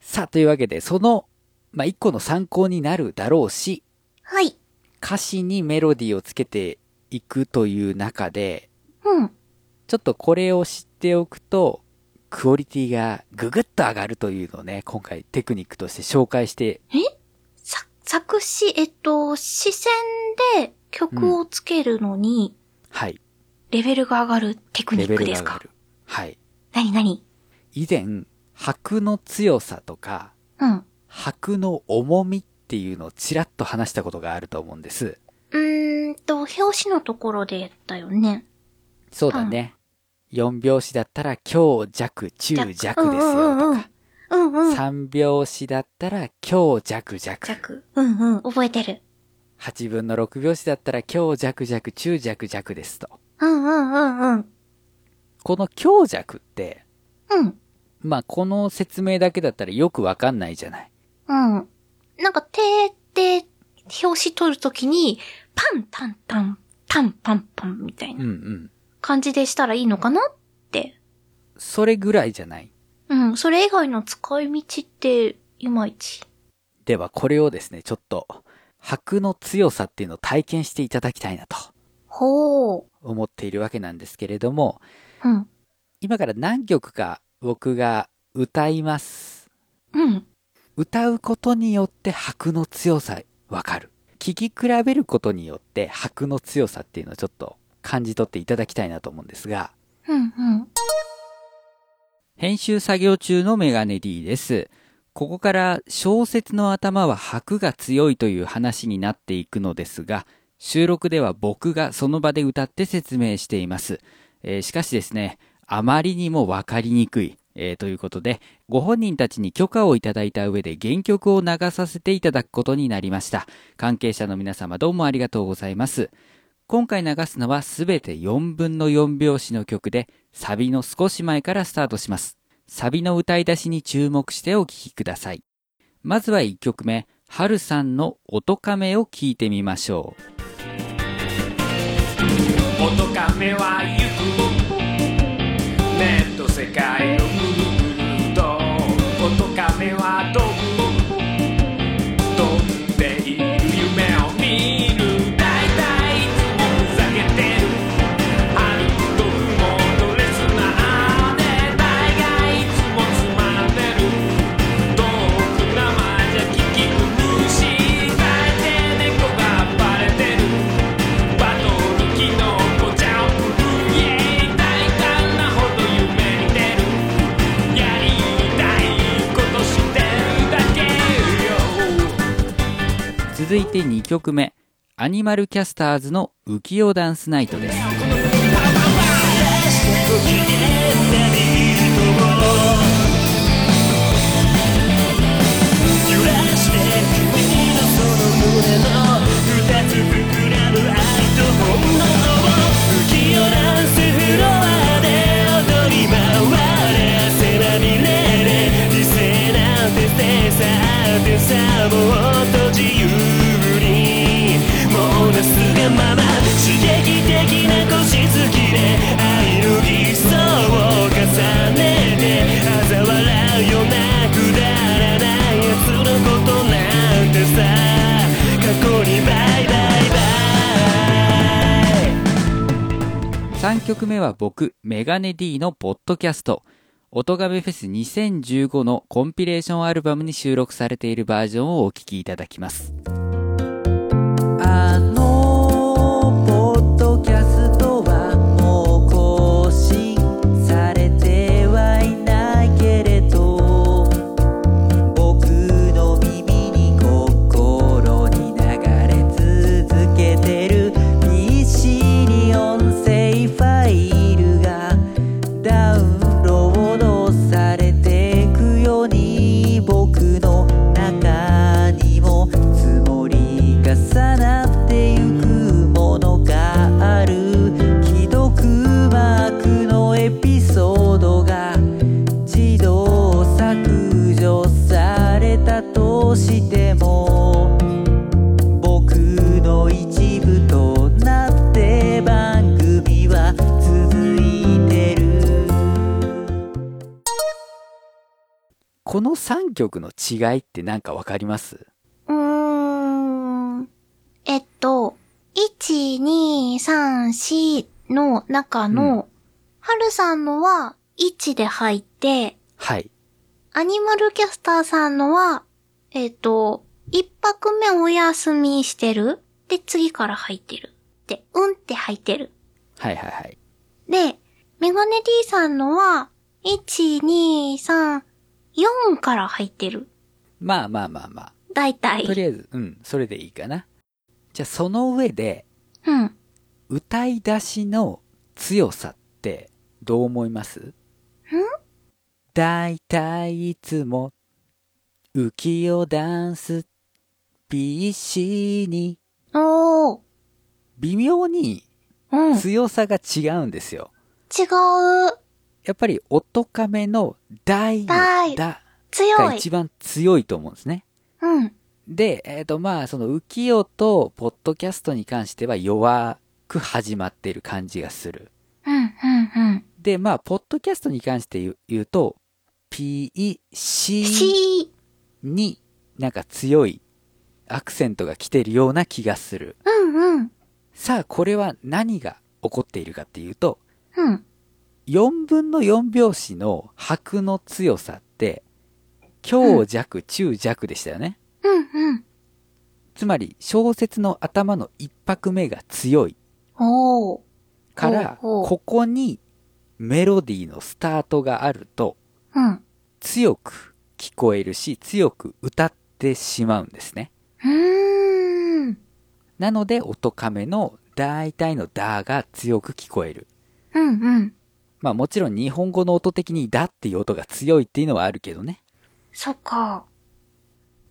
さあ、というわけで、その、まあ、一個の参考になるだろうし、はい。歌詞にメロディーをつけていくという中で、うん。ちょっとこれを知っておくと、クオリティがぐぐっと上がるというのをね、今回テクニックとして紹介して、さ、作詞、えっと、視線で曲をつけるのに、はい、レベルが上がるテクニレッベクルでがす上がかる。はい。何何以前、拍の強さとか、うん。拍の重みっていうのをちらっと話したことがあると思うんです。うーんと、表紙のところでやったよね。そうだね。4拍子だったら強弱中弱ですよとうんうんうんか、うんうん。 3拍子だったら強弱弱、弱。うんうん。覚えてる。 8分の6拍子だったら強弱弱中弱弱ですと。うんうんうんうん。この強弱って、うん。まあこの説明だけだったらよくわかんないじゃない。うん。なんか、手で、表紙取るときに、パン、タン、タン、タン、パン、パン、みたいうんう。なん感じでしたらいいのかなって。それぐらいじゃない。うん。それ以外の使い道って、いまいち。ではこれをですね、ちょっと、拍の強さっていうのを体験していただきたいなとほう。思っているわけなんですけれども、うん。今から何曲か僕が歌います。うん。歌うことによって拍の強さわかる。聴き比べることによって拍の強さっていうのをちょっと感じ取っていただきたいなと思うんですが、うん。うん。編集作業中のメガネ D です。ここから小説の頭は拍が強いという話になっていくのですが、収録では僕がその場で歌って説明しています。えーしかしですね、あまりにもわかりにくい、えーということで、ご本人たちに許可をいただいた上で原曲を流させていただくことになりました。関係者の皆様どうもありがとうございます。今回流すのはすべて4分の4拍子の曲で、サビの少し前からスタートします。サビの歌い出しに注目してお聴きください。まずは1曲目、はるさんの音亀を聴いてみましょう。音亀は行く目と世界をぐるぐると音亀は飛ぶ飛んでいる夢を見る大体いつもふざけてる歩くともドレスなんで大概いつもつまんでる遠くなまじゃ聞きうむし大抵猫がバレてるバトルキノコちゃんイエーイ大胆なほど夢見てるやりたいことしてるだけよ続いて2曲目、アニマルキャスターズの浮世ダンスナイトです。3曲目は僕、メガネ D のポッドキャスト。音亀フェス2015のコンピレーションアルバムに収録されているバージョンをお聴きいただきます。あのポッドキャストはもう更新されてはいないけれど僕の耳に心に流れ続けてる PC に音声ファイルがダウンロードされてくように僕の中にも積もり重なってゆくものが3曲の違いってなんかわかりますうーん。えっと、1、2、3、4の中の、はるさんのは1で入って、はい。アニマルキャスターさんのは、えっと、一泊目お休みしてるで、次から入ってる。で、うんって入ってる。はいはいはい。で、メガネ D さんのは、1、2、3、4から入ってる。まあまあまあまだいたあ。いと。りあえず、うん、それでいいかな。じゃあその上で、うん。歌い出しの強さってどう思いますんだいたいいつも浮世ダンスびっしにおー。微妙にうん。違強さが違うんですよ。う。やっぱり音かめの大の大だ強がい一。番強いと思うんですね。うん。で、えっ、とまあその浮世とポッドキャストに関しては弱く始まっている感じがする。うん、うん、うん。で、まあ、ポッドキャストに関して言う言うと、PEC しー。になんか強いアクセントが来てるような気がする。うん、うん。さあ、これは何が起こっているかっていうと、うん。 4分の4拍子の拍の強さって、強弱、中弱でしたよね。うん、うん。つまり、小説の頭の一拍目が強いおー。から、ほうほうここにメロディーのスタートがあると、うん。強く聞こえるし強く歌ってしまうんですねうーん。なので音カメの大体の「だ」が強く聞こえるうん、うん。まあもちろん日本語の音的に「だ」っていう音が強いっていうのはあるけどね、そっか。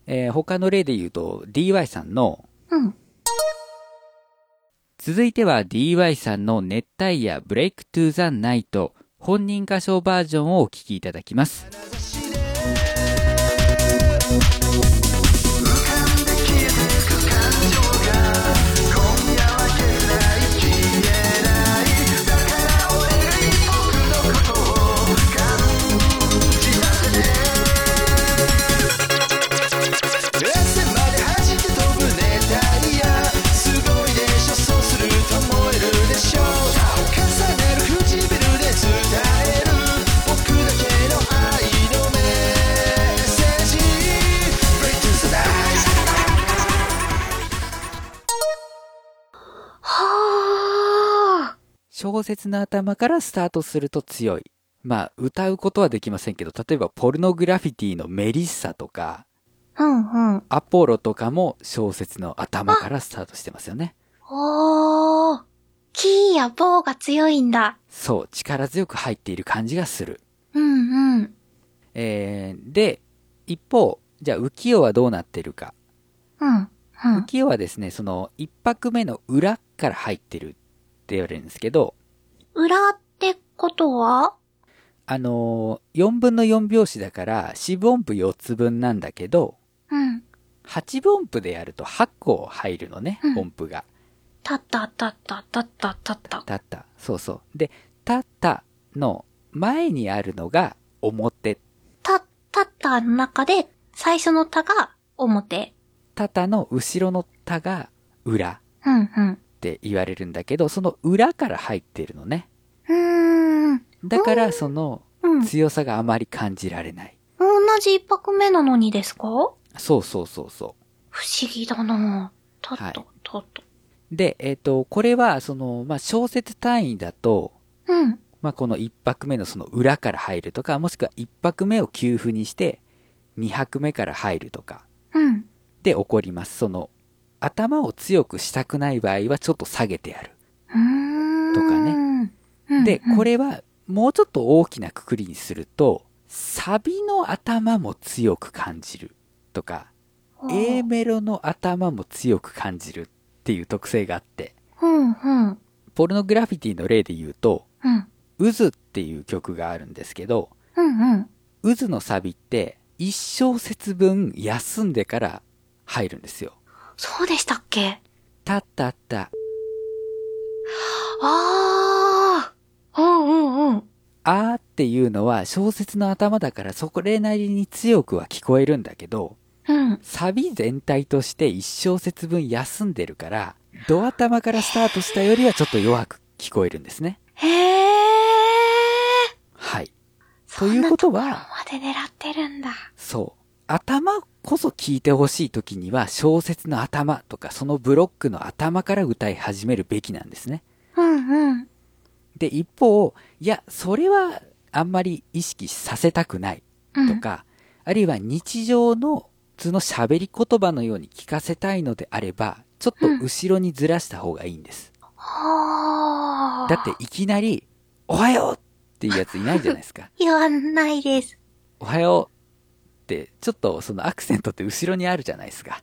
えー他の例で言うと DY さんのうん。続いては DY さんの「熱帯夜ブレイクトゥザナイト」本人歌唱バージョンをお聴きいただきます汗まで弾け飛ぶ熱帯夜すごいでしょそうすると燃えるでしょう重ねる唇で伝える僕だけの愛のメッセージ Break to the night はあ。小説の頭からスタートすると強い。まあ、歌うことはできませんけど、例えばポルノグラフィティのメリッサとか、うん、うん。アポロとかも小説の頭からスタートしてますよね。おー。キーや棒が強いんだ。そう、力強く入っている感じがする。うん、うん。えー、で、一方、じゃあ浮世はどうなってるか。うん、うん。浮世はですね、その一拍目の裏から入ってるって言われるんですけど、裏ってことはあのー、4分の4拍子だから四分音符4つ分なんだけど、うん。 8分音符でやると8個入るのね、うん音符が。たったたったたったたった。たった。そうそう。で、たったの前にあるのが表。た、たったの中で、最初のたが表。たたの後ろのたが裏うん、うん。って言われるんだけど、その裏から入ってるのね。うーん。だからそのうん。強さがあまり感じられない。同じ一泊目なのにですかそうそうそうそ不思議だなぁ。たはっいと、たっと。う。で、えっ、と、これはその、まあ、小説単位だと、うん。まあ、この1拍目のその裏から入るとか、もしくは1拍目を休符にして、2拍目から入るとか、うん。で起こります。その、頭を強くしたくない場合はちょっと下げてやる。うーん。とかね。うん、で、これ。れはもうちょっと大きなくくりにすると、サビの頭も強く感じるとか、ほう A メロの頭も強く感じるっていう特性があって、うん、うん。ポルノグラフィティの例で言うと、うん。渦っていう曲があるんですけど、うん、うん。渦のサビって1小節分休んでから入るんですよ。そうでしたっけたったった、ああ。うん、うん、うん。あーっていうのは小説の頭だからそこれなりに強くは聞こえるんだけど、うん。サビ全体として1小節分休んでるから、ド頭からスタートしたよりはちょっと弱く聞こえるんですね。へえ。はい。ー。ということはそんなところまで狙ってるんだ。そう。頭こそ聞いてほしい時には小説の頭とかそのブロックの頭から歌い始めるべきなんですね。うんうん。で、一方、いや、それはあんまり意識させたくないうん、とか、あるいは日常の普通の喋り言葉のように聞かせたいのであれば、ちょっと後ろにずらした方がいいんです。はあ。だっていきなり、おはようっていうやついないじゃないですか。言わないです。おはようって、ちょっとそのアクセントって後ろにあるじゃないですか。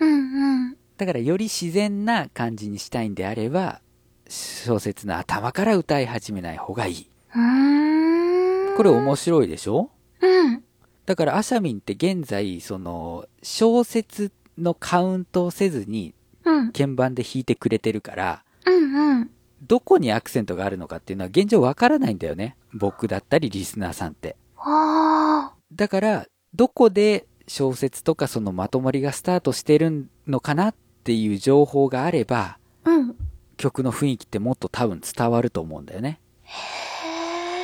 うんうん。だからより自然な感じにしたいんであれば、小説の頭から歌い始めない方がいい。うーん。これ面白いでしょうん。だからアシャミンって現在、その、小説のカウントをせずにうん。鍵盤で弾いてくれてるから、うんうん。どこにアクセントがあるのかっていうのは現状わからないんだよね。僕だったりリスナーさんって。はあ。だから、どこで小説とかそのまとまりがスタートしてるのかなっていう情報があれば、うん。曲の雰囲気ってもっと多分伝わると思うんだよね。へ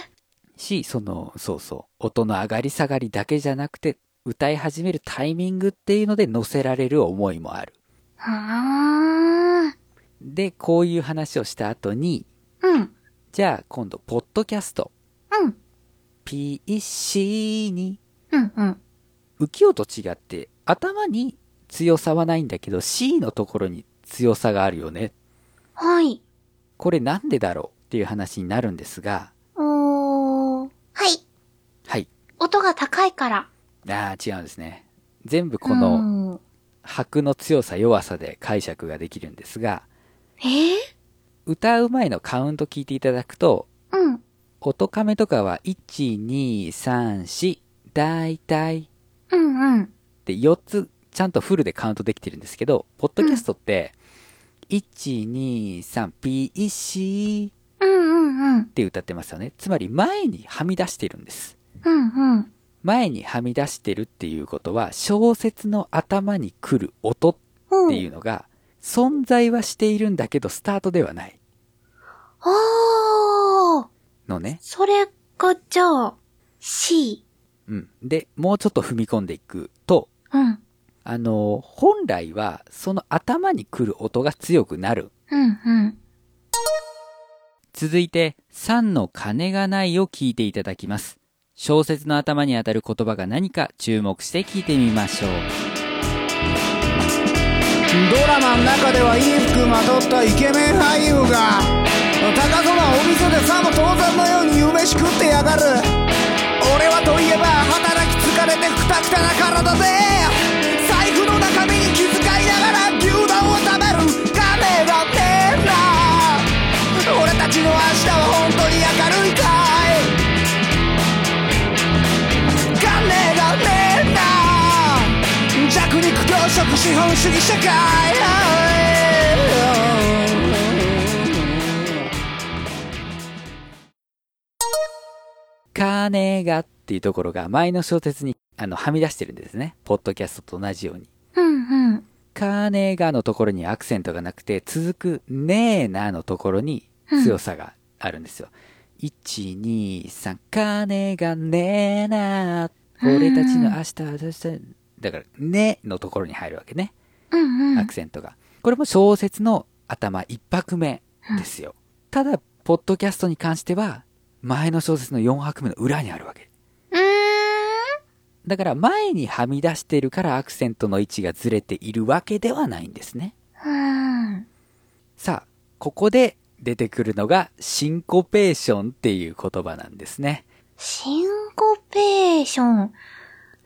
え。し、その、そうそう、音の上がり下がりだけじゃなくて、歌い始めるタイミングっていうので乗せられる思いもある。うーん。で、こういう話をした後に、うん。じゃあ今度、ポッドキャスト、うん。 PC に、うんうん。浮世と違って、頭に強さはないんだけど、C のところに強さがあるよね。はい。これなんでだろうっていう話になるんですが、おー。はい。はい。音が高いから。ああ、違うんですね。全部この、の。拍の強さ弱さで解釈ができるんですが、えー、歌う前のカウント聞いていただくと、うん。音亀とかは、1、2、3、4、大体うんうん。って4つちゃんとフルでカウントできてるんですけど、ポッドキャストって、123PEC っうんうんうん。て歌ってますよね。つまり前にはみ出してるんです。うんうん。前にはみ出してるっていうことは、小説の頭に来る音っていうのが、存在はしているんだけど、スタートではないおー。のね。それがじゃあ、C。うん。で、もうちょっと踏み込んでいくと、うん。あの、本来は、その頭に来る音が強くなるうんうん。続いて、三の鐘がないを聞いていただきます。小説の頭にあたる言葉が何か注目して聞いてみましょう。ドラマの中ではいい服まとったイケメン俳優が高そうなお店でさも当然のように夕飯食ってやがる俺はといえば働き疲れてくたくたな体で財布の中身に気遣いながら牛丼を食べるカメラメラ俺たちの明日は本当に明るいかいカメラメラ弱肉強食資本主義社会鐘がっていうところが前の小説にあのはみ出してるんですね。ポッドキャストと同じように。うんうん。鐘がのところにアクセントがなくて、続くねえなのところに強さがあるんですよ。1、2、3、鐘がねえな俺たちの明日、明日、だから、ねのところに入るわけね。うんうアんク。セントが。これも小説の頭一拍目ですよ。ただ、ポッドキャストに関しては、前の小説の4拍目の裏にあるわけ。うーん。だから前にはみ出してるからアクセントの位置がずれているわけではないんですね。うん。さあ、ここで出てくるのがシンコペーションっていう言葉なんですね。シンコペーション。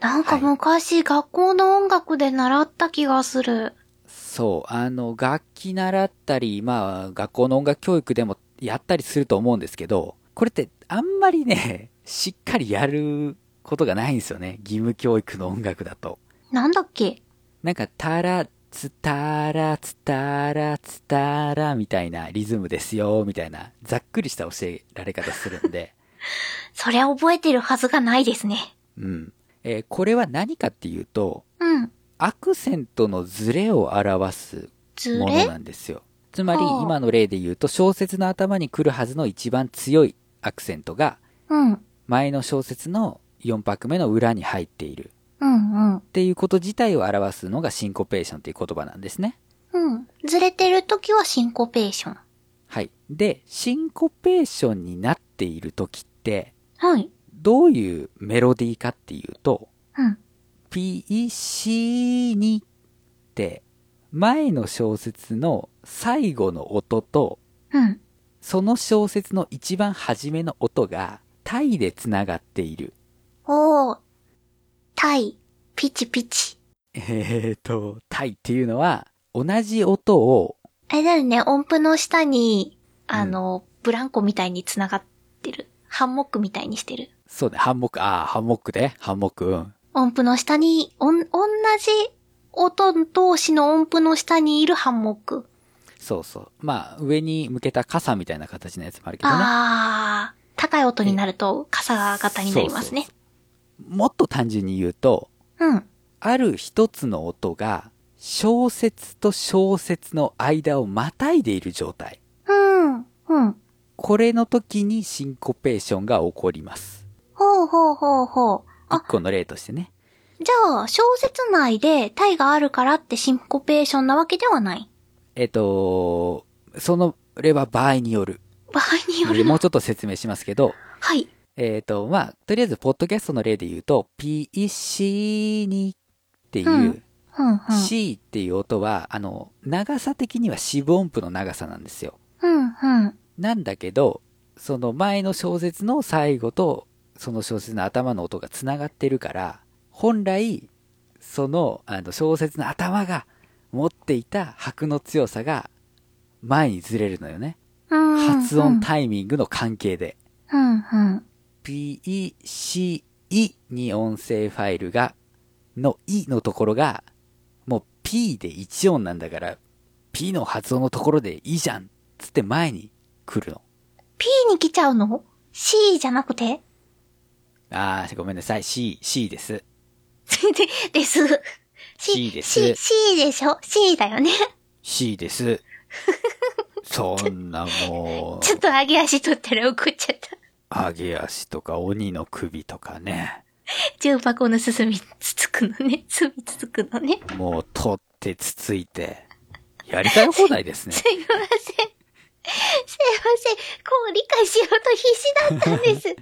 なんかはい昔、学校の音楽で習った気がする。そう、あの、楽器習ったり、まあ、学校の音楽教育でもやったりすると思うんですけど、これってあんまりね、 しっかりやることがないんですよね。義務教育の音楽だと。なんだっけなんか、たら、つたら、つたら、つたら、みたいなリズムですよ、みたいな、ざっくりした教えられ方するんで、それは覚えてるはずがないですね。うん。えーこれは何かっていうと、うん。アクセントのズレを表すずものれなんですよ。つまり、はあ今の例で言うと、小説の頭に来るはずの一番強いアクセントが、うん。うん前の小説の4拍目の裏に入っている。うんっ。ていうこと自体を表すのがシンコペーションっていう言葉なんですね。うん。ずれてるときはシンコペーション。はい。で、シンコペーションになっている時って、はい。どういうメロディーかっていうと、うん。 PC にって、前の小説の最後の音と、うん。その小説の一番初めの音が、タイで繋がっている。おー。タイ。ピチピチ。えーと、タイっていうのは、同じ音を、あれだよね、音符の下に、あの、ブランコみたいに繋がってる。ハンモックみたいにしてる。そうね、ハンモック、ああ、ハンモックで、ハンモック、うん。音符の下に、おん、同じ音同士の音符の下にいるハンモック。そうそう。まあ、上に向けた傘みたいな形のやつもあるけどね。ああ、高い音になると、傘型になりますね。もっと単純に言うと、うん。ある一つの音が、小節と小節の間をまたいでいる状態。うん。うん。これの時にシンコペーションが起こります。ほうほうほうほう。あ一個の例としてね。じゃあ、小説内でタイがあるからってシンコペーションなわけではない。えっと、その例は場合による。 場合によるもな。うちょっと説明しますけど、はい。えっと、まあ、とりあえず、ポッドキャストの例で言うと、PC にっていう、うんうん、うん。 C っていう音は、あの、長さ的には四分音符の長さなんですよ。うん、うん。なんだけど、その前の小説の最後と、その小説の頭の音がつながってるから、本来、その、あの、小説の頭が持っていた拍の強さが、前にずれるのよね。うんうん。発音タイミングの関係で。うん、うん。 p, c, e に音声ファイルが、の e のところが、もう p で1音なんだから、p の発音のところでいいじゃんつって前に来るの。 P に来ちゃうの ?C じゃなくてあー、ごめんなさい。c, c です。で、です。 C です C, C でしょ ?C だよね。 c です。 そんなもちょっと上げ足取ったら怒っちゃっう、た。揚げ足とか鬼の首とかね、重箱のすすみつつくのね。すみつつくのね。もう取ってつついて、やりたい放題ですね す。いません。すいません。こう理解しようと必死だったんです。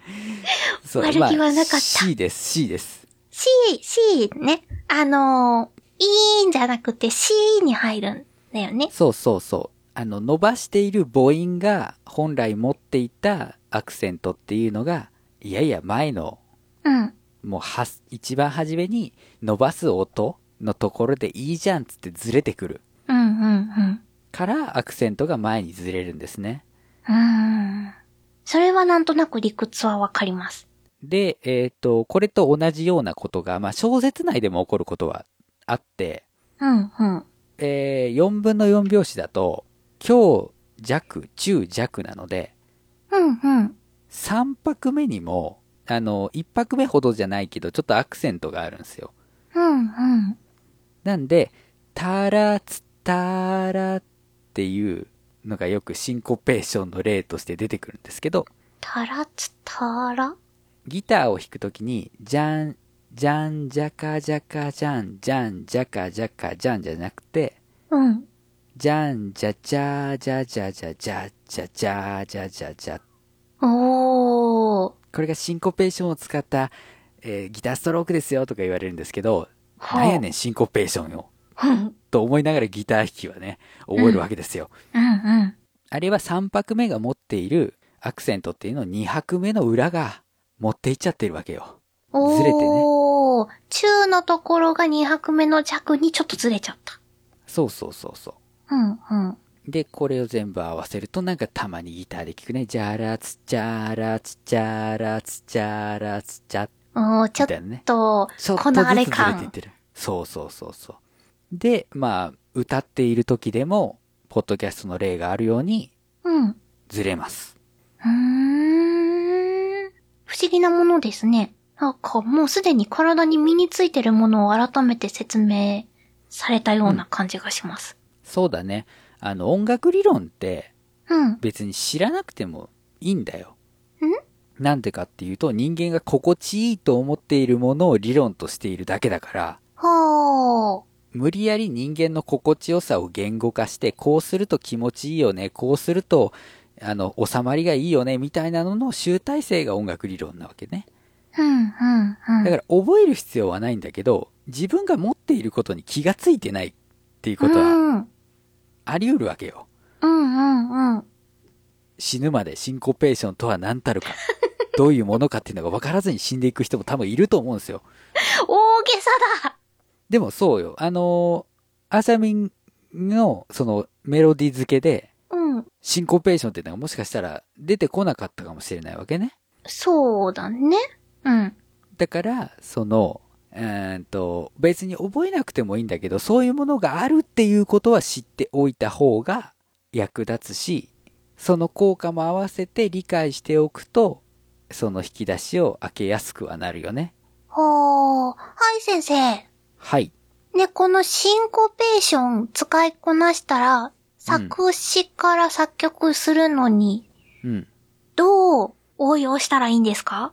そう悪気はなかったまあ C です、C です。 C、C ね。あのー、いいんじゃなくて C に入るんだよね。そうそうそう。あの、伸ばしている母音が本来持っていたアクセントっていうのが、いやいや前の、うん。もうは、一番初めに伸ばす音のところでいいじゃんっつってずれてくる。うん、うん、うん。からアクセントが前にずれるんですね。うーん。それはなんとなく理屈はわかります。で、えっ、と、これと同じようなことが、まあ、小説内でも起こることはあって、うん、うん。えー、4分の4拍子だと、強弱、中弱なので、うん、うん。 3拍目にも、あの、1拍目ほどじゃないけど、ちょっとアクセントがあるんですよ。うん、うん。なんで、タラツタラっていうのがよくシンコペーションの例として出てくるんですけど、たらつたらギターを弾くときに、じゃん、じゃん、じゃかじゃかじゃん、じゃん、じゃかじゃかじゃんじゃなくて、うん。じゃん、じゃじゃじゃじゃじゃじゃじゃじゃじゃじゃじゃおー。これがシンコペーションを使った、えーギターストロークですよとか言われるんですけど、はあなんやねん、シンコペーションよ。うん。と思いながらギター弾きはね、覚えるわけですよ。うんうん。あれは3拍目が持っているアクセントっていうのを2拍目の裏が持っていっちゃってるわけよ。おー。ずれてね中のところが2拍目の弱にちょっとずれちゃった。そうそうそうそうんうん。う。で、これを全部合わせるとなんかたまにギターで聞くね。じゃらつじゃらつじゃらつじゃらつじゃおー、ちみょったいなね。と、ちょっことずのあれつずれていっ感。てる。そうそうそうそう。で、まあ、歌っている時でも、ポッドキャストの例があるようにうん。うずれます。ーん。不思議なものですね。なんか、もうすでに体に身についてるものを改めて説明されたような感じがします。そうだね。あの、音楽理論ってうん。別に知らなくてもいいんだよ。なんでかっていうと、人間が心地いいと思っているものを理論としているだけだから、ほー。無理やり人間の心地よさを言語化して、こうすると気持ちいいよね、こうすると、あの、収まりがいいよね、みたいなのの集大成が音楽理論なわけね。うん、うん、うん。だから覚える必要はないんだけど、自分が持っていることに気がついてないっていうことはうん、あり得るわけよ。うん、うん、うん。死ぬまでシンコペーションとは何たるか、 どういうものかっていうのが分からずに死んでいく人も多分いると思うんですよ。大げさだでもそうよ。あのー、アーシャミンのそのメロディ付けで、うん。シンコペーションっていうのがもしかしたら出てこなかったかもしれないわけね。そうだね。うん。だから、その、うーんと、別に覚えなくてもいいんだけど、そういうものがあるっていうことは知っておいた方が役立つし、その効果も合わせて理解しておくと、その引き出しを開けやすくはなるよね。ほー。はい、先生。はい。ね、このシンコペーション使いこなしたら、作詞から作曲するのに、うん。どう応用したらいいんですか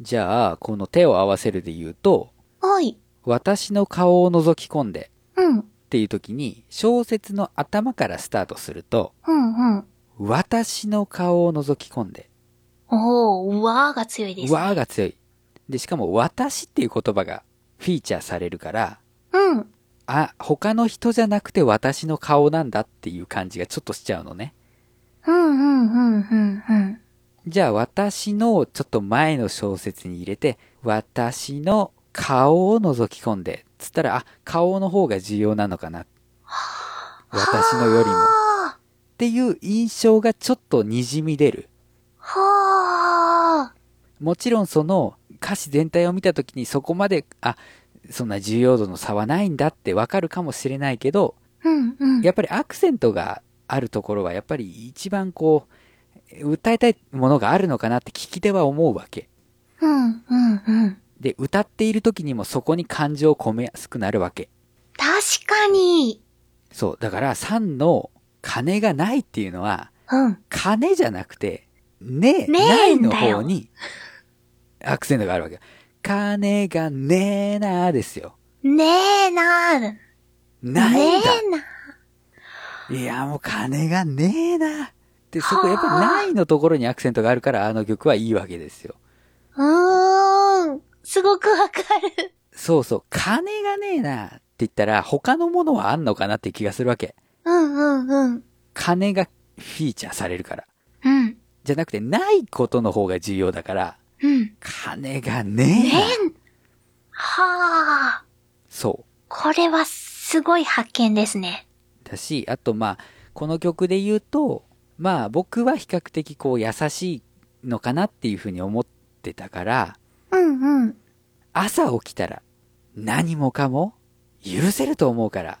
じゃあ、この手を合わせるで言うと、はい。私の顔を覗き込んでうん、っていう時に、小説の頭からスタートすると、うん、うん。私の顔を覗き込んで、おー、うわーが強いです。わーが強い。で、しかも私っていう言葉がフィーチャーされるから、うん。あ、他の人じゃなくて私の顔なんだっていう感じがちょっとしちゃうのね。うん、うん、うん、うん、うん。じゃあ私のをちょっと前の小説に入れて、私の顔を覗き込んで、つったら、あ、顔の方が重要なのかな。私のよりも。っはー。ていう印象がちょっと滲み出る。はー。もちろんその歌詞全体を見た時にそこまで、あ、そんな重要度の差はないんだってわかるかもしれないけど、うん、うん。やっぱりアクセントがあるところはやっぱり一番こう、歌いたいものがあるのかなって聞き手は思うわけ。うん、うん、うん。で、歌っている時にもそこに感情を込めやすくなるわけ。確かに。そう。だから、3の鐘がないっていうのは、うん。鐘じゃなくて、ねえ、ねえないのだよ方に、アクセントがあるわけ。鐘がねえなーですよ。ねえなー。ないんだ。ねえな。いや、もう金がねえな。で、そこやっぱりないのところにアクセントがあるから、あの曲はいいわけですよ。うーん。すごくわかる。そうそう、金がねえなって言ったら、他のものはあんのかなって気がするわけ。うんうんうん。金がフィーチャーされるから。うん。じゃなくて、ないことの方が重要だから、うん。金がねえな。はあ。そこれはすごい発見ですね。う。だし、あとまあ、この曲で言うと、まあ僕は比較的こう優しいのかなっていうふうに思ってたから、うんうん。朝起きたら何もかも許せると思うからっ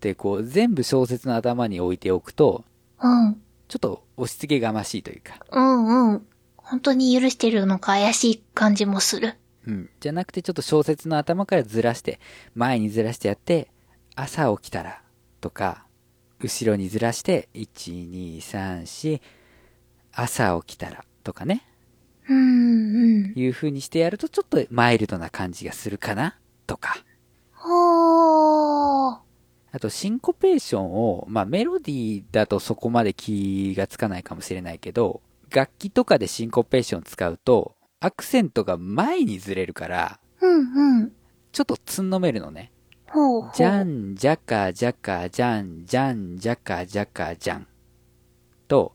てこう全部小説の頭に置いておくとうん。ちょっと押し付けがましいというか、うんうん。本当に許してるのか怪しい感じもする。うん、じゃなくてちょっと小説の頭からずらして前にずらしてやって朝起きたらとか後ろにずらして1234朝起きたらとかねうんうん。いう風にしてやるとちょっとマイルドな感じがするかなとかほー。あと、シンコペーションを、まあ、メロディーだとそこまで気がつかないかもしれないけど、楽器とかでシンコペーション使うと、アクセントが前にずれるから、うんうん。ちょっとつんのめるのね。ほうほう。じゃん、じゃか、じゃか、じゃん、じゃん、じゃか、じゃか、じゃん。と、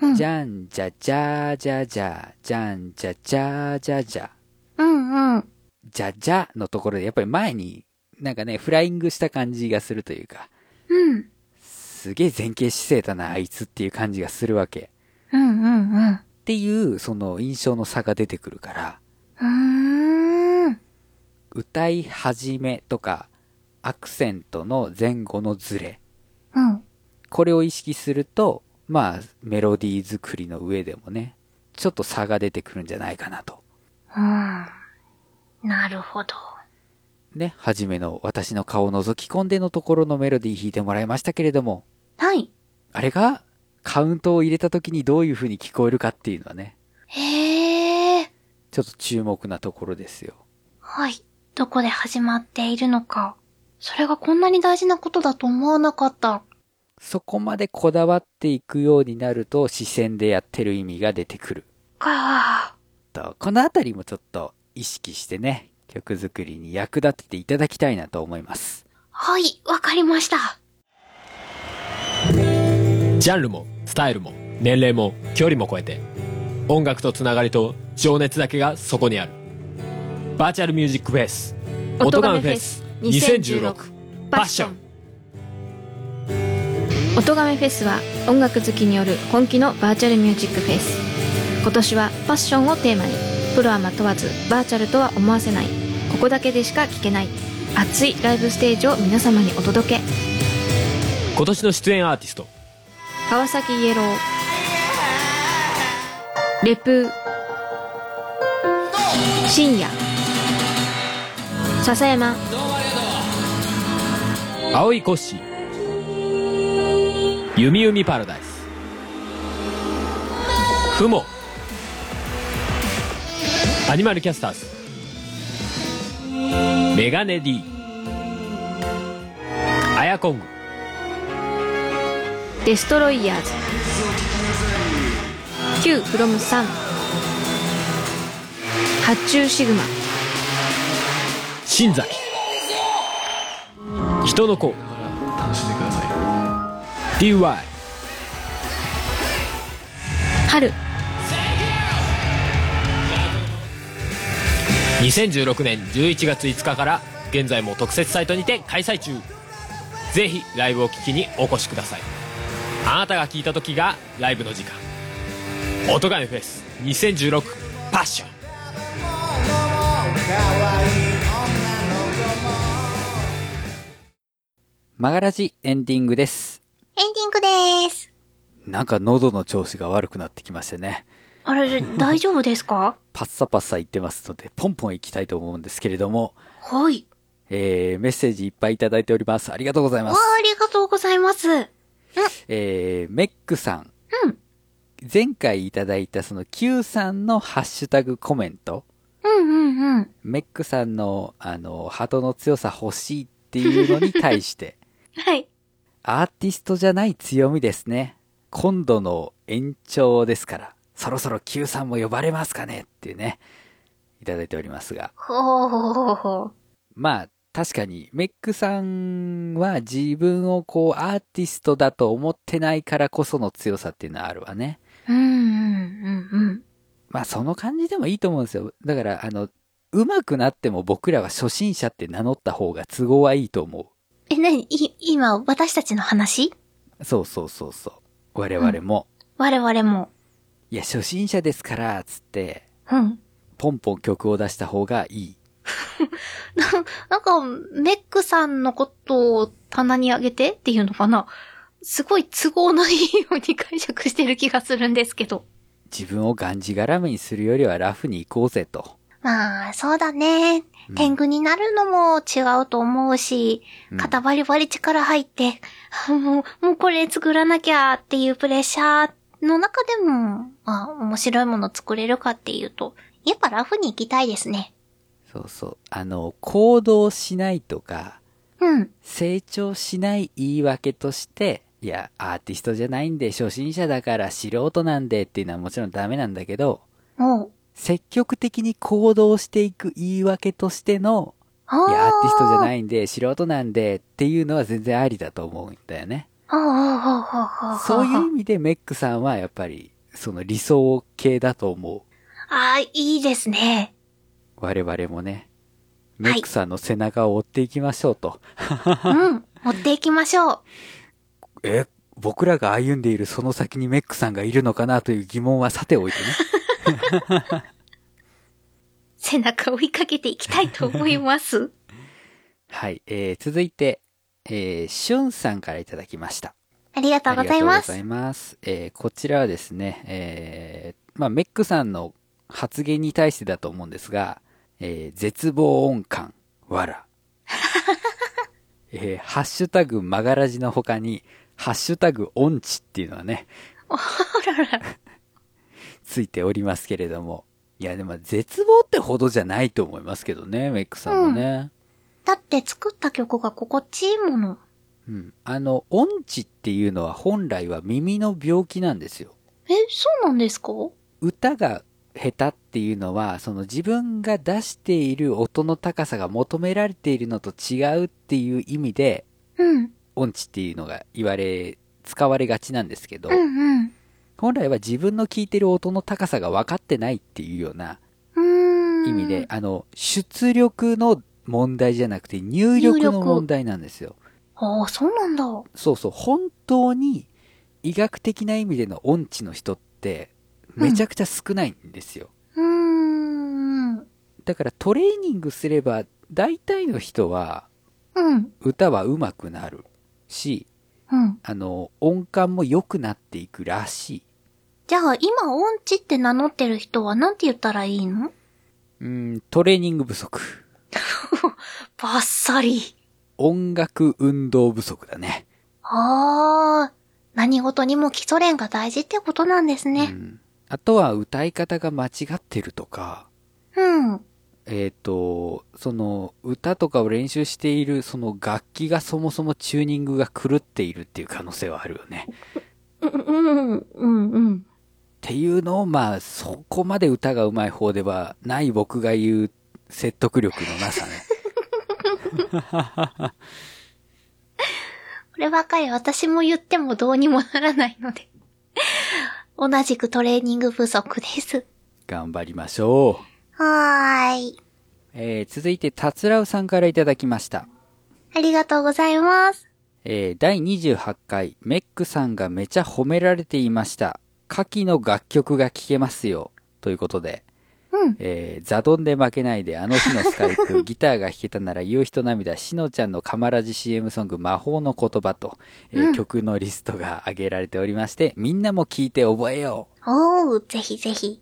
うんじゃん、じゃ、じゃ、じゃ、じゃ、じゃん、じゃ、じゃ、じゃ、じゃ、うんうん。じゃ、じゃのところで、やっぱり前に、なんかね、フライングした感じがするというか、うん。すげえ前傾姿勢だな、あいつっていう感じがするわけ。うんうんっていう、その印象の差が出てくるから、うん。うーん。歌い始めとか、アクセントの前後のズレ、うん。これを意識すると、まあ、メロディー作りの上でもね、ちょっと差が出てくるんじゃないかなとうん。なるほど。ね、はじめの私の顔を覗き込んでのところのメロディー弾いてもらいましたけれども、はい。あれがカウントを入れた時にどういう風に聞こえるかっていうのはね、へえ。ちょっと注目なところですよ。はい。どこで始まっているのか。それがこんなに大事なことだと思わなかった。そこまでこだわっていくようになると視線でやってる意味が出てくる。かとこのあたりもちょっと意識してね、曲作りに役立てていただきたいなと思います。はい、わかりました。ジャンルもスタイルも年齢も距離も超えて音楽とつながりと情熱だけがそこにあるバーチャルミュージックフェス音ガンフェス2016パッション音亀フェスは音楽好きによる本気のバーチャルミュージックフェス今年はパッションをテーマにプロアマ問わずバーチャルとは思わせないここだけでしか聴けない熱いライブステージを皆様にお届け今年の出演アーティスト川崎イエローレプー深夜笹山青いコッシー弓弓パラダイスふもアニマルキャスターズメガネ D アヤコングデストロイヤーズ Q フロム3発注シグマ新崎人の子 DY 春2016年11月5日から現在も特設サイトにて開催中ぜひライブを聞きにお越しくださいあなたが聞いた時がライブの時間「音亀フェス2016パッション」マガラジエンディングです。エンディングでーす。なんか喉の調子が悪くなってきましたね。あれ、大丈夫ですかパッサパッサ言ってますので、ポンポン行きたいと思うんですけれども、はい。えー、メッセージいっぱいいただいております。ありがとうございわまあす。、ありがとうございます。えー、メックさん。うん前回いただいたその Q さんのハッシュタグコメント。うんうんうん。メックさんの、あの、ハートの強さ欲しいっていうのに対して、はい。アーティストじゃない強みですね。今度の延長ですから、そろそろ Q さんも呼ばれますかねっていうね、いただいておりますが。ほうほうほうほう。まあ、確かに、メックさんは自分をこう、アーティストだと思ってないからこその強さっていうのはあるわね。うんうんうんうん。まあ、その感じでもいいと思うんですよ。だから、あの、上手くなっても僕らは初心者って名乗った方が都合はいいと思う。え、なに、い、今、私たちの話そうそうそうそう。我々も、我々も。いや、初心者ですから、つって、うん。ポンポン曲を出した方がいい。なんか、メックさんのことを棚にあげてっていうのかなすごい都合のいいように解釈してる気がするんですけど。自分をがんじがらめにするよりはラフに行こうぜと。まあ、そうだね。天狗になるのも違うと思うし、うん肩バリバリ力入って、あもう、もうこれ作らなきゃっていうプレッシャーの中でも、まあ、面白いもの作れるかっていうと、やっぱラフに行きたいですね。そうそう。あの、行動しないとか、うん。成長しない言い訳として、いや、アーティストじゃないんで、初心者だから素人なんでっていうのはもちろんダメなんだけど、もう、積極的に行動していく言い訳としての、あいや、アーティストじゃい。ないんで、素人なんでっていうのは全然ありだと思うんだよね。ああ、ああ、ああ、そういう意味でメックさんはやっぱり、その理想系だと思う。ああ、いいです ね。我々もね、メはいックさんの背中を追っていきましょうと。うん。持っていきましょう。え、僕らが歩んでいるその先にメックさんがいるのかなという疑問はさておいてね。背中を追いかけていきたいと思 います。はい、えー、続いて、えー、しゅんさんからいただきました。ありがとうございありがます。とうございます。えー、こちらはですね、えー、まあ、メックさんの発言に対してだと思うんですが、えー絶望音感、わ ら。えーハッシュタグ曲がらじの他に、ハッシュタグ音痴っていうのはね、 ついておりますけれども。いや、でも絶望ってほどじゃないと思いますけどね、メックさんもね。だって作った曲が心地いいもの。うん。あの、音痴っていうのは本来は耳の病気なんですよ。え、そうなんですか歌が下手っていうのは、その自分が出している音の高さが求められているのと違うっていう意味で、うん。音痴っていうのが言われ、使われがちなんですけど、うん本来は自分の聞いてる音の高さが分かってないっていうようなうん。うーん。意味で、。あの、出力の問題じゃなくて入力入の力問題なんですよ。ああ、そうなんだ。うそうそう、本当に医学的な意味での音痴の人って、めちゃくちゃ少ないんですよ。ーん。だからトレーニングすれば、大体の人はうん。歌は上手くなるし、うん。あの、音感も良くなっていくらしい。じゃあ、今、音痴って名乗ってる人はなんて言ったらいいのうん、トレーニング不足。バッサリ。音楽運動不足だね。ああ、何事にも基礎練が大事ってことなんですうね。ん。あとは歌い方が間違ってるとか、うん。えっ、と、その歌とかを練習しているその楽器がそもそもチューニングが狂っているっていう可能性はあるよね。っうん、うん、うん、うん。ていうのをまあそこまで歌が上手い方ではない僕が言う説得力のなさね。こればかり私も言ってもどうにもならないので。同じくトレーニング不足です。頑張りましょう。はーい。えー続いて、たつらうさんからいただきました。ありがとうございます。えー第28回、メックさんがめちゃ褒められていました。夏季の楽曲が聴けますよ。ということで、うんえーザドンで負けないで、あの日のスカイ プ、ギターが弾けたなら夕日と涙、しのちゃんのカマラジ CM ソング、魔法の言葉と、えーうん曲のリストが挙げられておりまして、みんなも聴いて覚えよう。おー、ぜひぜひ。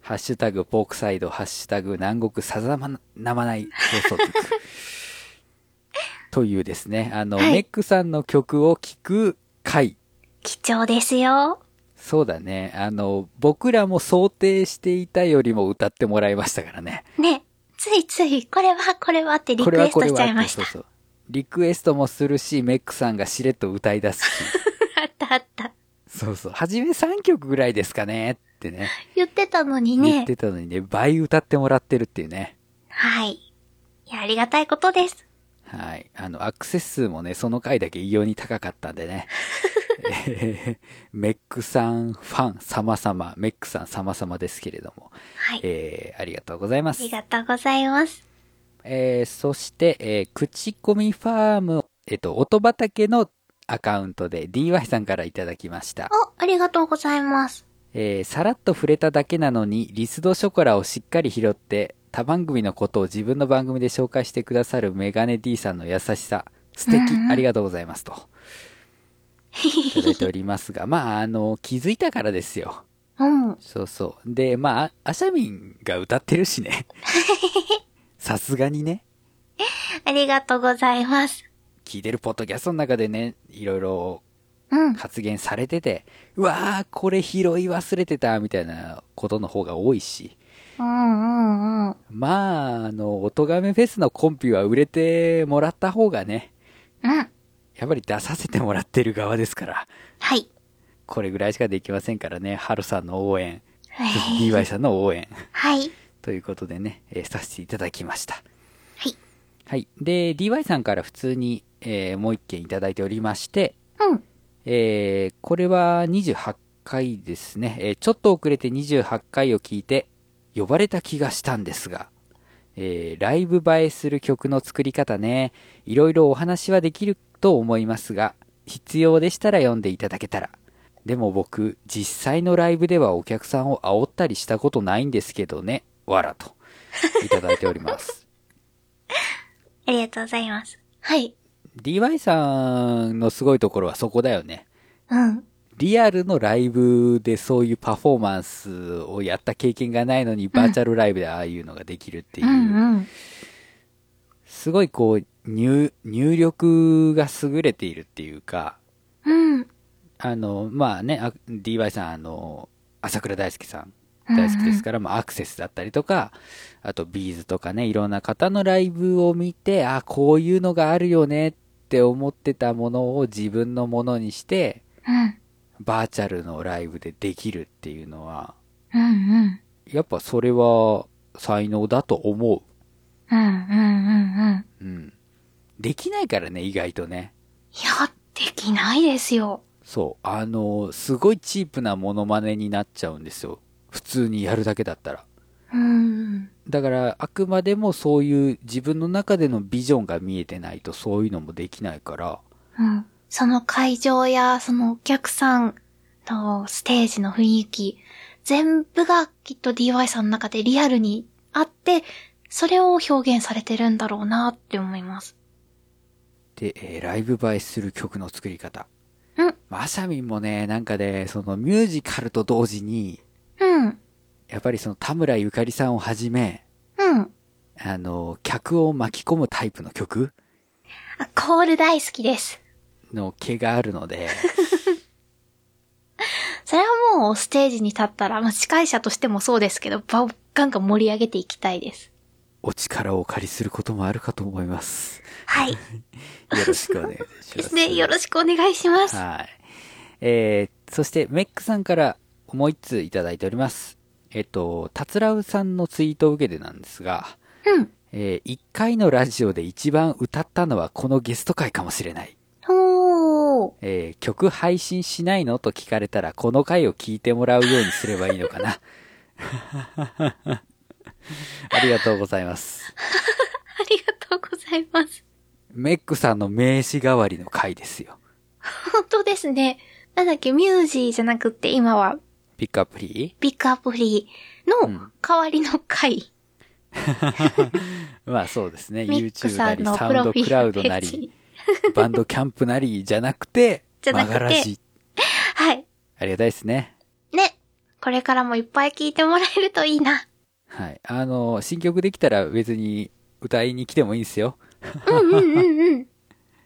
ハッシュタグ、ポークサイド、ハッシュタグ、南国さざまなまない放送 局。というですね、あの、はいメックさんの曲を聴く回貴重ですよ。そうだね。あの、僕らも想定していたよりも歌ってもらいましたからね。ね。ついつい、これはこれはってリこクれはエスこトれしはちゃっいてましそたう。そう。リクエストもするし、メックさんがしれっと歌い出すし。 あったあった。そうそう。はじめ3曲ぐらいですかねってね。言ってたのに言ねっ。てたのにね、倍歌ってもらってるっていうね。はい。いや、ありがたいことです。はい。あの、アクセス数もね、その回だけ異様に高かったんで ね。 えーメックさんファン様々、メックさん様々ですけれども。はい。えーありがとうございまあすり。がとうございます。えーそして、えー口コミファーム、えっ、と、音畑のアカウントで DY さんからいただきました。お、ありがとうございます。えーさらっと触れただけなのに、リスドショコラをしっかり拾って、他番組のことを自分の番組で紹介してくださるメガネ D さんの優しさ、素敵、うんうんありがとうございますと。いただいておりますが、まあ、あの、気づいたからですよ。うん。そうそう。で、まあ、アシャミンが歌ってるし ね。さすがにね。ありがとうございます。聞いてるポッドキャストの中でね、いろいろうん。発言されてて、うわー、これ拾い忘れてた、みたいなことの方が多いし、うんうんうん。まあ、あの、おとがめフェスのコンピは売れてもらった方がね、うん。やっぱり出させてもらってる側ですから、はい。これぐらいしかできませんからね、ハルさんの応援、はい。 DY さんの応援、はい。ということでね、えーさせていただきました。はい。はい。で、DY さんから普通に、えーもう一件いただいておりまして、うん。えーこれは28回ですね、えーちょっと遅れて28回を聞いて呼ばれた気がしたんですが、えーライブ映えする曲の作り方ねいろいろお話はできると思いますが必要でしたら読んでいただけたらでも僕実際のライブではお客さんを煽ったりしたことないんですけどねわらといただいておりますありがとうございます。はい。 DY さんのすごいところはそこだよねうん。リアルのライブでそういうパフォーマンスをやった経験がないのに、バーチャルライブでああいうのができるっていうう、んうん。すごいこう、入、入力が優れているっていうか、うん。あの、まあね、あ DY さん、あの、朝倉大輔さん大好きですから、まあアクセスだったりとか、あとビーズとかね、いろんな方のライブを見て、あ、こういうのがあるよねって思ってたものを自分のものにして、うん。バーチャルのライブでできるっていうのは、うんうん。やっぱそれは才能だと思うんうんうんうん。う。うん。できないからね、意外とね。いや、できないですよ。そう。あの、すごいチープなモノマネになっちゃうんですよ。普通にやるだけだったら。うん。だから、あくまでもそういう自分の中でのビジョンが見えてないとそういうのもできないから、うん。その会場や、そのお客さんのステージの雰囲気、全部がきっと DY さんの中でリアルにあって、それを表現されてるんだろうなって思います。で、えーライブ映えする曲の作り方。うんまああさみんもね、なんかで、そのミュージカルと同時に、うん。やっぱりその田村ゆかりさんをはじめ、うん。あの、客を巻き込むタイプの曲あコール大好きです。の毛があるの で、それはもうステージに立ったら、まあ、司会者としてもそうですけど、場をガンガン盛り上げていきたいです。お力をお借りすることもあるかと思います。はい。よろしくお願いします。ですね。よろしくお願いします。はい。えー、そして、メックさんからもう一通いただいております。えっと、たつらうさんのツイートを受けてなんですが、うん。えー、1回のラジオで一番歌ったのはこのゲスト回かもしれない。おー。えー曲配信しないのと聞かれたら、この回を聞いてもらうようにすればいいのか な。ありがとうございます。ありがとうございます。メックさんの名刺代わりの回ですよ。本当ですね。なんだっけ、ミュージーじゃなくって、今はピックアップリビッグアップフリーの代わりの回。ーまあそうですね。ミック YouTube さなんり、のサプウンロドフィクラウールドペなーりジ、。バンドキャンプなりじゃなくて、じゃなくてマガラジ。はい。ありがたいですね。ね。これからもいっぱい聞いてもらえるといいな。はい。あの、新曲できたら別に歌いに来てもいいんですよ。うんうんうんうん。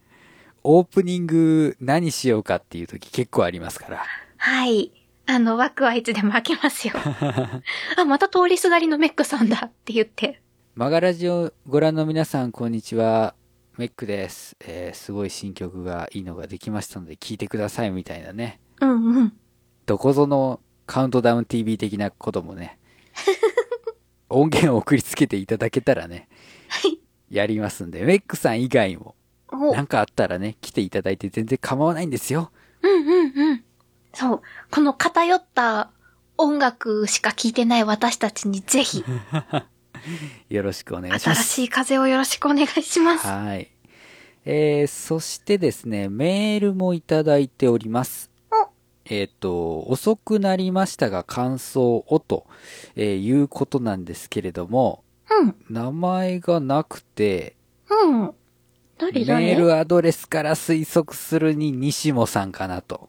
オープニング何しようかっていう時結構ありますから。はい。あの、枠はいつでも開けま すよ。あ、また通りすがりのメックさんだって言って。マガラジをご覧の皆さん、こんにちは。メックです。えーすごい新曲がいいのができましたので聞いてくださいみたいなね。うんうん。どこぞのカウントダウン TV 的なことも ね、音源を送りつけていただけたらね、やりますんで、メックさん以外も、お、うなんんかあったらね、来ていただいて全然構わないんですよ。うんうん。そう。この偏った音楽しか聞いてない私たちにぜひ、よろしくお願いしま新す。しい風をよろしくお願いします。はい。えー、そしてですね、メールもいただいております。えっ、と、遅くなりましたが感想をと、えーいうことなんですけれども、うん。名前がなくて、うん。どれどメーれルアドレスから推測するに西もさんかな と。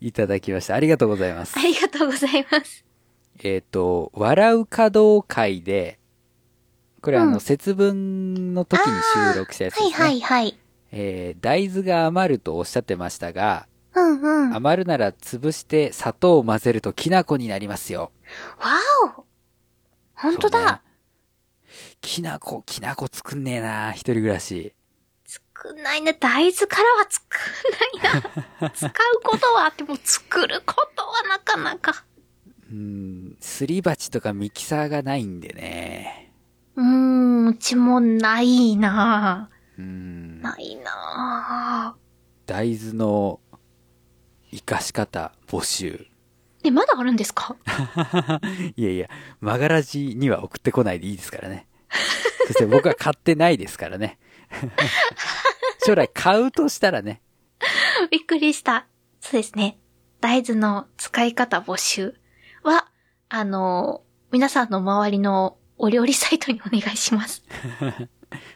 いただきました。ありがとうございますあ。りがとうございます。えっ、と、笑う稼働会で、これあの、うん節分の時に収録したやつですはね。いはいはい。えー大豆が余るとおっしゃってましたが、うんうん。わ余るなら潰して砂糖を混ぜるときな粉になりますよ。お本当そうねだ、。きな粉、きな粉作んねえな一人暮らし。少ないね。大豆からは作ん ないな。使うことはあっても作ることはなかなか。うん、すり鉢とかミキサーがないんでね。うーん、うちもないなうんぁ。、ないなぁ。大豆の生かし方募集。 え、まだあるんですかいやいや、マガラジには送ってこないでいいですからね。そして僕は買ってないですからね。 将来買うとしたらね。びっくりした。そうですね。大豆の使い方募集は、あの、皆さんの周りのお料理サイトにお願いします。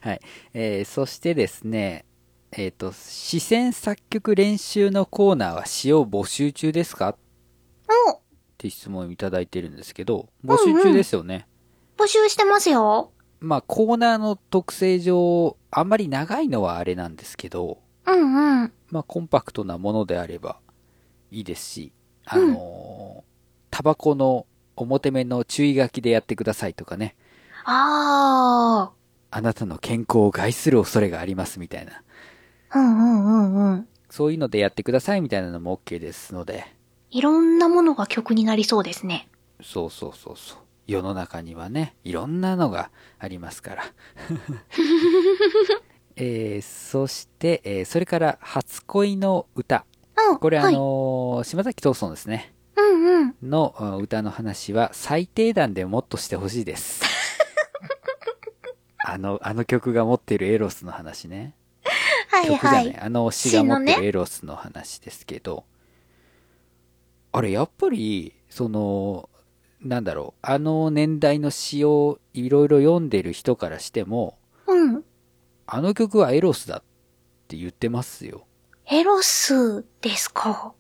はい。えーそしてですね、えっ、と、視線作曲練習のコーナーは詩を募集中ですかっおて質問いただいてるんですけど、募集中ですよね。募集してますよ。まあ、コーナーの特性上、あんまり長いのはあれなんですけど、うんうん。まあ、コンパクトなものであればいいですし、あのータバコの表面の注意書きでやってくださいとかね、ああなたの健康を害する恐れがありますみたいな、ー。うんうんうんうん。そういうのでやってくださいみたいなのも OK ですので、いろんなものが曲になりそうですね。そうそうそうそう。世の中にはね、いろんなのがありますから。えーそして、えーそれから、初恋の歌。うん。これ、あはい、のー島崎藤村ですね。うんうん。のあ歌の話は最低段でもっとしてほしい です。あの、あの曲が持ってるエロスの話ね。はい曲じゃな。はいい。あの詩が持って詩のるねエロスの話ですけど、あれ、やっぱり、その、なんだろう、あの年代の詩をいろいろ読んでる人からしても、うん。あの曲はエロスだって言ってますよ。エロスですか。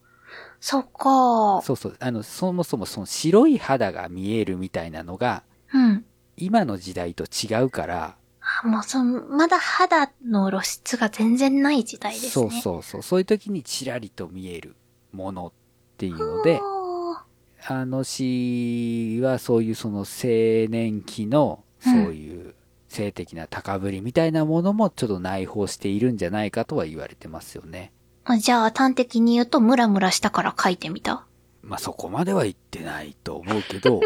そっか。そうそう、あの、そもそもその白い肌が見えるみたいなのが、うん。今の時代と違うから、あ、もうその、まだ肌の露出が全然ない時代ですね。そうそうそうそういう時にちらりと見えるものっていうのでああの詩はそういうその青年期のそういう性的な高ぶりみたいなものもちょっと内包しているんじゃないかとは言われてますよねー。じゃあ、端的に言うと、ムラムラしたから書いてみた。まあそこまでは言ってないと思うけ ど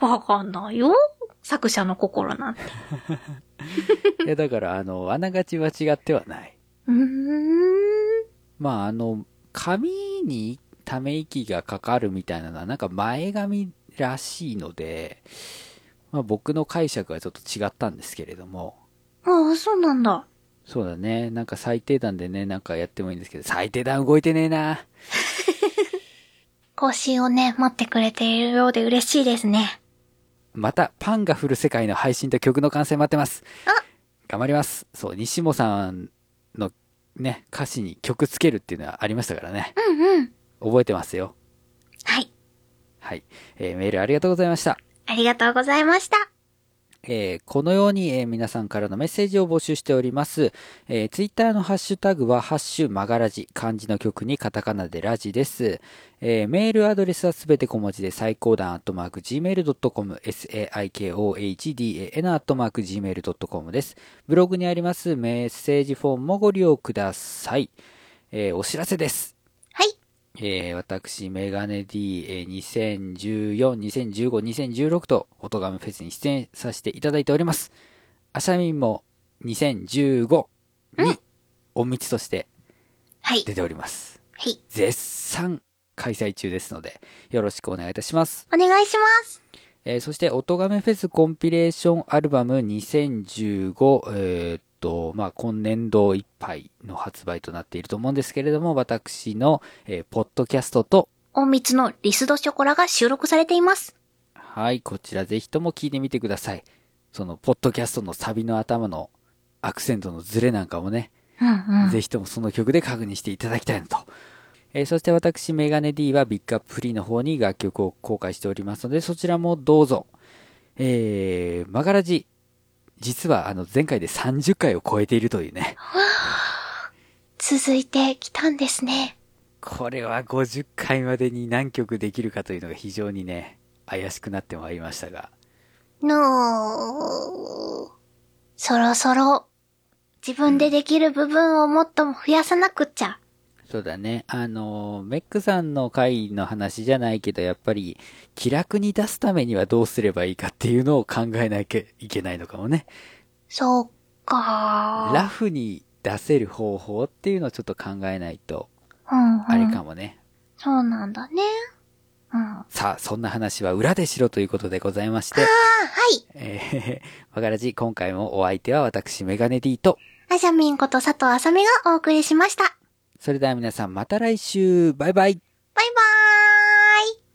わかんないよ。作者の心なんて。いやだからあのあながちは違ってはないうーん。まああの髪にため息がかかるみたいなのはなんか前髪らしいので、まあ、僕の解釈はちょっと違ったんですけれどもああ、そうなんだ。そうだねなんか最低段でねなんかやってもいいんですけど最低段動いてねえな更新をね、待ってくれているようで嬉しいですね。またパンが降る世界の配信と曲の完成待ってます頑張りますそう西本さんのね歌詞に曲つけるっていうのはありましたからねうんうん。覚えてますよはい。はい、えーメールありがとうございましたありがとうございました。えーこのように、えー皆さんからのメッセージを募集しております。えツイッター Twitter のハッシュタグは、ハッシュマガラジ、漢字の曲にカタカナでラジです。えーメールアドレスはすべて小文字で、最高段アットマーク gmail.com、saikohdan アットマーク gmail.com です。ブログにありますメッセージフォームもご利用ください。えーお知らせです。はい。えー私、メガネ D、えー2014、2015、2016と、オトガメフェスに出演させていただいております。アシャミンも2015に、お道としてはい。出ております。はい。絶賛開催中ですので、よろしくお願いいたします。お願いします。えーそして、オトガメフェスコンピレーションアルバム2015、えーっと、まあ、今年度いっぱいの発売となっていると思うんですけれども、私の、えーポッドキャストと、大光のリスドショコラが収録されています。はい、こちらぜひとも聞いてみてください。その、ポッドキャストのサビの頭のアクセントのズレなんかもね、うんうん。ぜひともその曲で確認していただきたいなと。えーそして私、メガネ D はビッグアップフリーの方に楽曲を公開しておりますので、そちらもどうぞ。えー、マガラジ、実はあの、前回で30回を超えているというね。続いてきたんですね。これは50回までに何曲できるかというのが非常にね、怪しくなってまいりましたが。のー。そろそろ、自分でできる部分をもっと増やさなくっちゃ。そうだね。あの、メックさんの回の話じゃないけど、やっぱり、気楽に出すためにはどうすればいいかっていうのを考えなきゃいけないのかもね。そうかー。ラフに出せる方法っていうのをちょっと考えないと、うん、うん。あれかもね。そうなんだね。うん。はさあ、そんな話は裏でしろということでございまして、い。えー、わからじ、今回もお相手は私、メガネ D と、あじゃみんこと佐藤あさみがお送りしました。それでは皆さんまた来週、バイバイバイバーイ